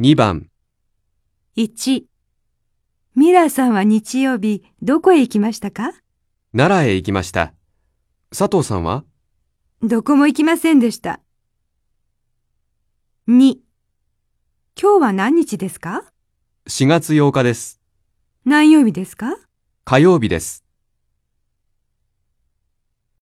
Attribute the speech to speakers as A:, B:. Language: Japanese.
A: 2番、
B: 1ミラーさんは日曜日どこへ行きましたか
A: 奈良へ行きました。佐藤さんは
B: どこも行きませんでした。2今日は何日ですか
A: ?4 月8日です。
B: 何曜日ですか
A: 火曜日です。